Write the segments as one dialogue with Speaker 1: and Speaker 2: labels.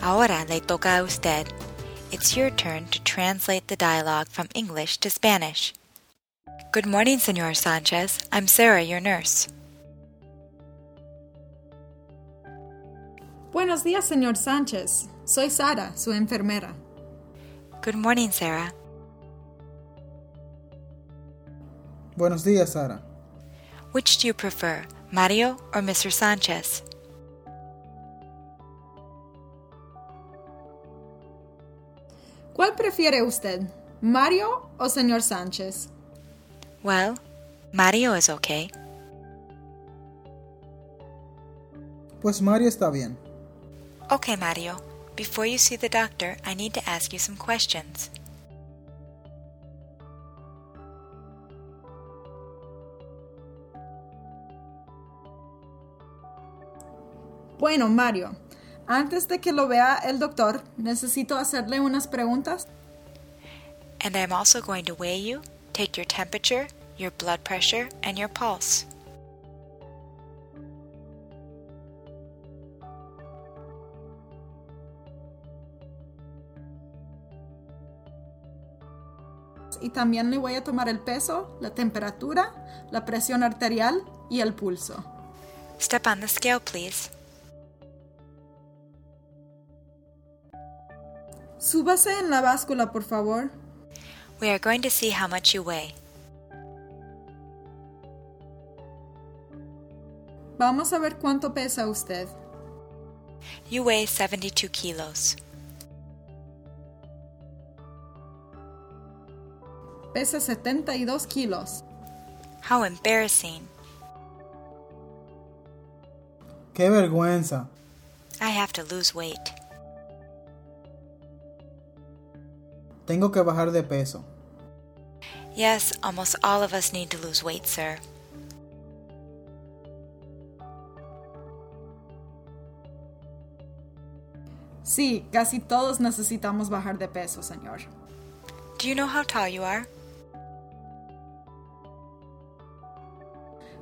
Speaker 1: Ahora le toca a usted. It's your turn to translate the dialogue from English to Spanish. Good morning, Senor Sanchez. I'm Sarah, your nurse.
Speaker 2: Buenos días, señor Sánchez. Soy Sara, su enfermera.
Speaker 1: Good morning, Sarah.
Speaker 3: Buenos días, Sara.
Speaker 1: Which do you prefer, Mario or Mr. Sanchez?
Speaker 2: ¿Cuál prefiere usted, Mario o señor Sánchez?
Speaker 1: Well, Mario is okay.
Speaker 3: Pues Mario está bien.
Speaker 1: Okay, Mario. Before you see the doctor, I need to ask you some questions.
Speaker 2: Bueno, Mario, antes de que lo vea el doctor, necesito hacerle unas preguntas.
Speaker 1: And I'm also going to weigh you, take your temperature, your blood pressure, and your pulse.
Speaker 2: Y también le voy a tomar el peso, la temperatura, la presión arterial y el pulso.
Speaker 1: Step on the scale, please.
Speaker 2: Súbase en la báscula, por favor.
Speaker 1: We are going to see how much you weigh.
Speaker 2: Vamos a ver cuánto pesa usted.
Speaker 1: You weigh 72 kilos.
Speaker 2: Pesa 72 kilos.
Speaker 1: How embarrassing.
Speaker 3: ¡Qué vergüenza!
Speaker 1: I have to lose weight.
Speaker 3: Tengo que bajar de peso.
Speaker 1: Yes, almost all of us need to lose weight, sir.
Speaker 2: Sí, casi todos necesitamos bajar de peso, señor.
Speaker 1: Do you know how tall you are?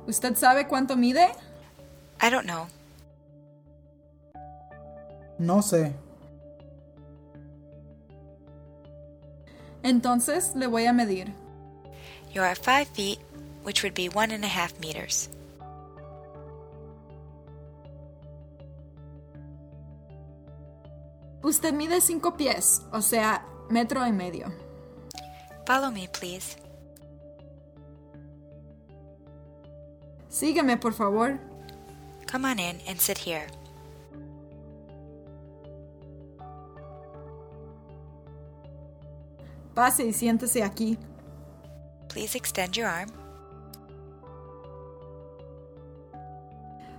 Speaker 2: ¿Usted sabe cuánto mide?
Speaker 1: I don't know.
Speaker 3: No sé.
Speaker 2: Entonces le voy a medir.
Speaker 1: You are five feet, which would be one and a half meters.
Speaker 2: Usted mide 5 pies, o sea, metro y medio.
Speaker 1: Follow me, please.
Speaker 2: Sígueme, por favor.
Speaker 1: Come on in and sit here.
Speaker 2: Pase y siéntese aquí.
Speaker 1: Please extend your arm.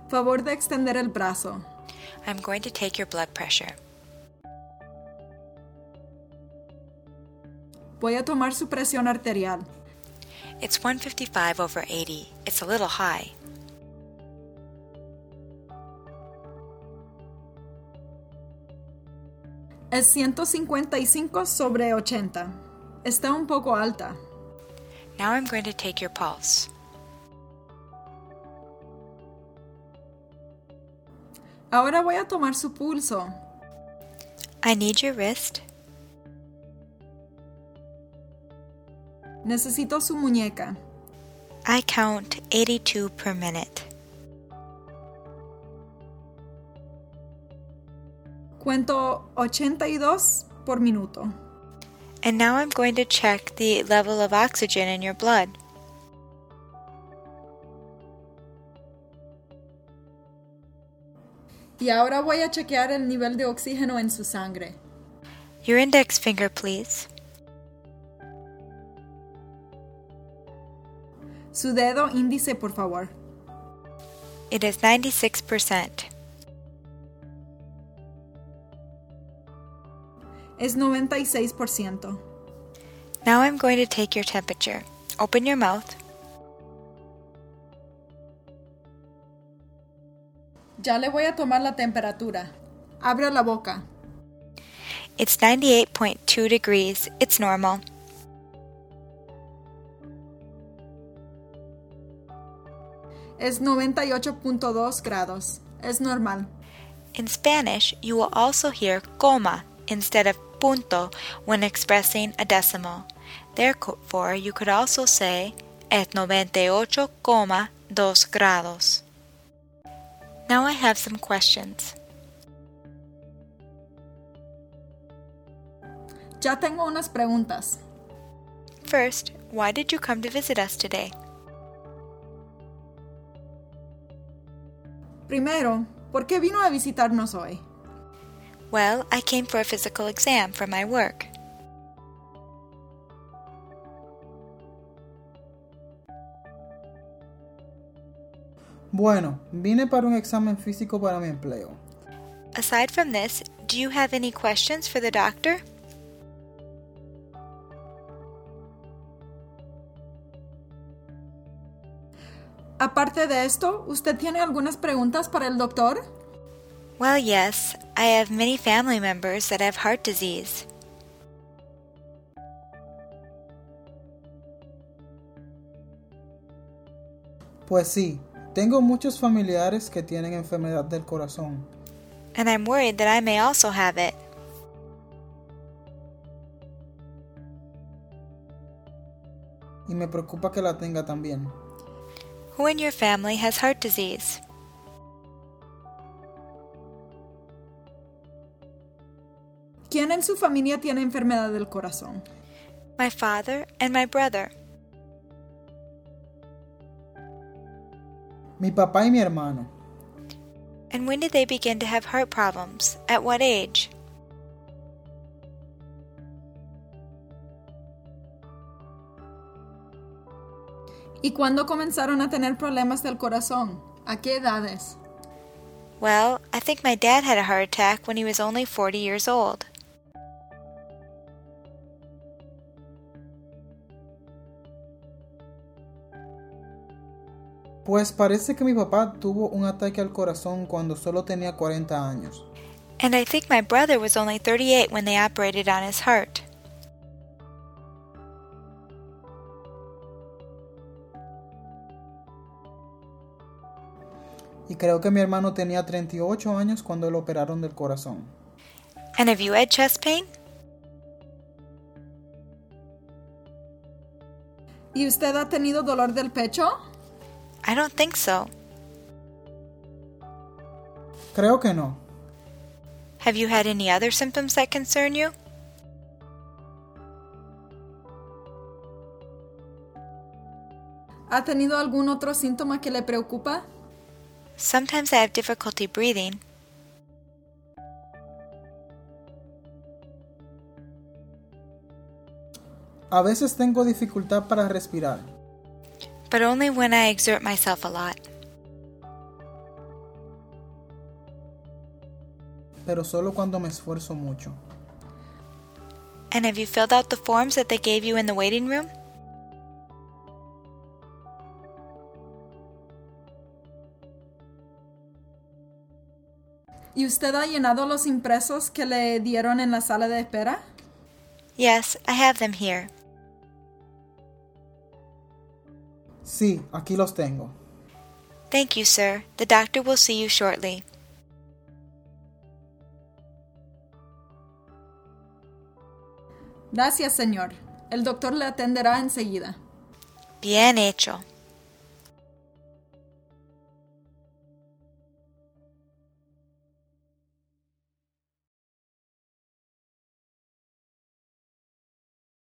Speaker 2: Favor de extender el brazo.
Speaker 1: I'm going to take your blood pressure.
Speaker 2: Voy a tomar su presión arterial.
Speaker 1: It's 155 over 80. It's a little high.
Speaker 2: Es 155 sobre 80. Está un poco alta.
Speaker 1: Now I'm going to take your pulse.
Speaker 2: Ahora voy a tomar su pulso.
Speaker 1: I need your wrist.
Speaker 2: Necesito su muñeca.
Speaker 1: I count 82 per minute.
Speaker 2: Cuento 82 por minuto.
Speaker 1: And now I'm going to check the level of oxygen in your blood.
Speaker 2: Y ahora voy a chequear el nivel de oxígeno en su sangre.
Speaker 1: Your index finger, please.
Speaker 2: Su dedo índice, por favor.
Speaker 1: It is 96%.
Speaker 2: Es 96%.
Speaker 1: Now I'm going to take your temperature. Open your mouth.
Speaker 2: Ya le voy a tomar la temperatura. Abra la boca.
Speaker 1: It's 98.2 degrees. It's normal.
Speaker 2: Es 98.2 grados. Es normal.
Speaker 1: In Spanish, you will also hear coma instead of punto when expressing a decimal. Therefore, you could also say es 98,2 grados. Now I have some questions.
Speaker 2: Ya tengo unas preguntas.
Speaker 1: First, why did you come to visit us today?
Speaker 2: Primero, ¿por qué vino a visitarnos hoy?
Speaker 1: Well, I came for a physical exam for my work.
Speaker 3: Bueno, vine para un examen físico para mi empleo.
Speaker 1: Aside from this, do you have any questions for the doctor?
Speaker 2: Aparte de esto, ¿usted tiene algunas preguntas para el doctor?
Speaker 1: Well, yes. I have many family members that have heart disease.
Speaker 3: Pues sí, tengo muchos familiares que tienen enfermedad del corazón.
Speaker 1: and I'm worried that I may also have it.
Speaker 3: y me preocupa que la tenga también.
Speaker 1: Who in your family has heart disease?
Speaker 2: ¿Quién en su familia tiene enfermedad del corazón?
Speaker 1: My father and my brother.
Speaker 3: Mi papá y mi hermano,
Speaker 1: And when did they begin to have heart problems? At what age?
Speaker 2: ¿Y cuándo comenzaron a tener problemas del corazón? ¿A qué edades?
Speaker 1: Well, I think my dad had a heart attack when he was only 40 years old.
Speaker 3: pues parece que mi papá tuvo un ataque al corazón cuando solo tenía 40 años.
Speaker 1: And I think my brother was only 38 when they operated on his heart.
Speaker 3: Y creo que mi hermano tenía 38 años cuando lo operaron del corazón.
Speaker 1: And have you had chest pain?
Speaker 2: ¿Y usted ha tenido dolor del pecho?
Speaker 1: I don't think so.
Speaker 3: Creo que no.
Speaker 1: Have you had any other symptoms that concern you?
Speaker 2: ¿Ha tenido algún otro síntoma que le preocupa?
Speaker 1: Sometimes I have difficulty breathing.
Speaker 3: A veces tengo dificultad para respirar.
Speaker 1: but only when I exert myself a lot.
Speaker 3: pero solo cuando me esfuerzo mucho.
Speaker 1: And have you filled out the forms that they gave you in the waiting room?
Speaker 2: ¿Y usted ha llenado los impresos que le dieron en la sala de espera?
Speaker 1: Yes, I have them here.
Speaker 3: Sí, aquí los tengo.
Speaker 1: Thank you, sir. The doctor will see you shortly.
Speaker 2: Gracias, señor. El doctor le atenderá enseguida.
Speaker 1: Bien hecho.